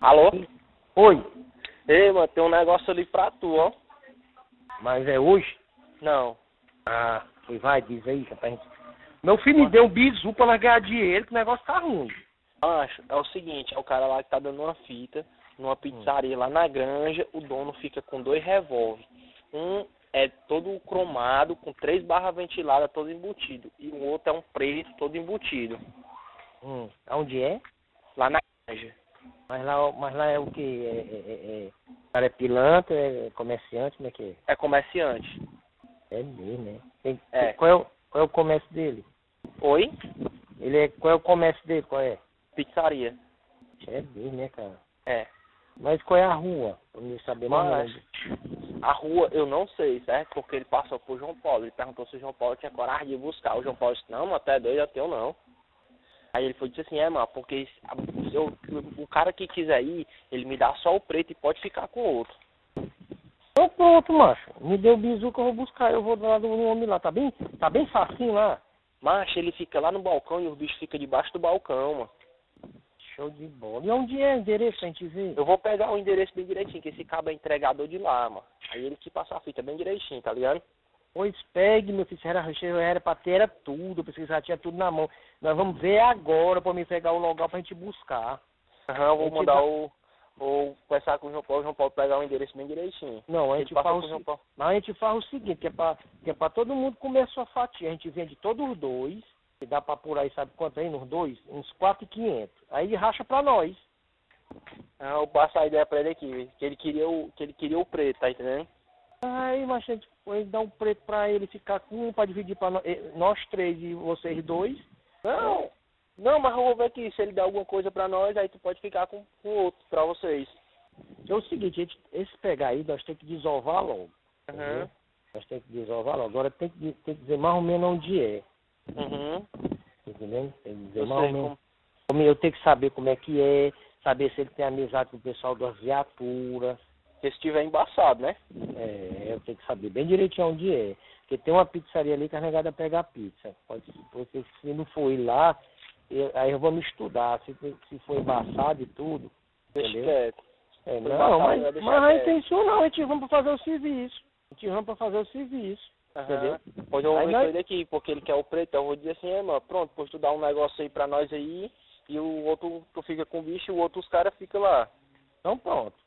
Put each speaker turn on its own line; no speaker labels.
Alô?
Oi,
Ei, mano, tem um negócio ali pra tu, ó.
mas é hoje?
Não.
Ah, pois vai, diz aí, que é pra gente. Meu filho me deu um bizu pra nós ganhar dinheiro, que o negócio tá ruim.
Acho, é o seguinte, é o cara lá que tá dando uma fita numa pizzaria lá na granja, o dono fica com dois revólver. Um é todo cromado, com três barras ventiladas, todo embutido. E o outro é um preto, todo embutido.
Hum, aonde é?
Lá na granja.
Mas lá, mas lá é o que? É, é, é, é, o cara é pilantra, é comerciante, como é que
É comerciante.
é? É mesmo, né? Tem-
É.
Qual, é o, qual é o comércio dele?
Oi?
Ele é, qual é o comércio dele? Qual é?
Pizzaria.
É mesmo, né, cara?
É.
Mas qual é a rua? Pra mim saber mais.
Mas a rua eu não sei, certo? Porque ele passou por João Paulo. Ele perguntou se o João Paulo tinha coragem de buscar. O João Paulo disse, não, mano, até doido, eu tenho não. Aí ele foi disse assim, é, mano, porque se- se eu- o cara que quiser ir, ele me dá só o preto e pode ficar com o outro.
Então pronto, macho. Me deu o bizu que eu vou buscar. Eu vou do lado do homem lá. Tá bem, tá bem facinho lá.
Mas ele fica lá no balcão e os bichos ficam debaixo do balcão, mano.
Show de bola. E onde é o endereço pra gente ver?
Eu vou pegar o endereço bem direitinho, que esse cabo é entregador de lá, mano. Aí ele que passa a fita bem direitinho, tá ligado?
Pois pegue, meu filho. Se era recheio, era pra ter, era tudo. Eu pensei que já tinha tudo na mão. Nós vamos ver agora pra me pegar o local pra gente buscar.
Aham, eu vou
Eu te
mandar
dou-
o... Vou conversar com o João Paulo, o João Paulo pegar o endereço bem direitinho.
Não, tipo, a
Ele
gente
passa
faz
pro
o,
João
se-
Paulo.
mas a gente faz o seguinte, que é, pra, que é pra todo mundo comer a sua fatia. A gente vende todos os dois. Que dá pra apurar aí, sabe quanto aí nos dois? Uns 4,500. Aí racha pra nós.
Ah, eu passo a ideia pra ele aqui, que ele queria o, que ele queria o preto, tá entendendo?
Aí, mas a gente foi dar um preto pra ele ficar com um, pra dividir pra nós, nós três e vocês dois.
Não, não, mas eu vou ver aqui, se ele der alguma coisa pra nós, aí tu pode ficar com o outro pra vocês.
É o seguinte, a gente, esse pegar aí, nós temos que desovar logo.
Uhum.
Nós temos que desovar logo. Agora tem que, di- tem que dizer mais ou menos onde é.
Uhum.
tá Entendendo? Tem que dizer
Eu
mais
sei
ou menos.
como.
Como Eu tenho que saber como é que é, saber se ele tem amizade com o pessoal das viaturas.
Porque se tiver embaçado, né?
É, eu tenho que saber bem direitinho onde é. Porque tem uma pizzaria ali carregada a pegar pizza. Pode, porque se não for ir lá, eu- aí eu vou me estudar. Se, se for embaçado e tudo.
Deixa
Entendeu?
quieto.
É,
Foi
não,
embaçado, vai
mas,
deixar
mas a
quieto.
intenção não, a gente vamos pra fazer o serviço. A gente vamos pra fazer o serviço. Entendeu?
Aham. Pois eu vou
Aí
ver
nós-
com ele aqui, porque ele quer o preto, eu vou dizer assim, é, mano, pronto, pois tu dá um negócio aí pra nós aí, e o outro tu fica com o bicho e o outro os caras ficam lá.
Então pronto.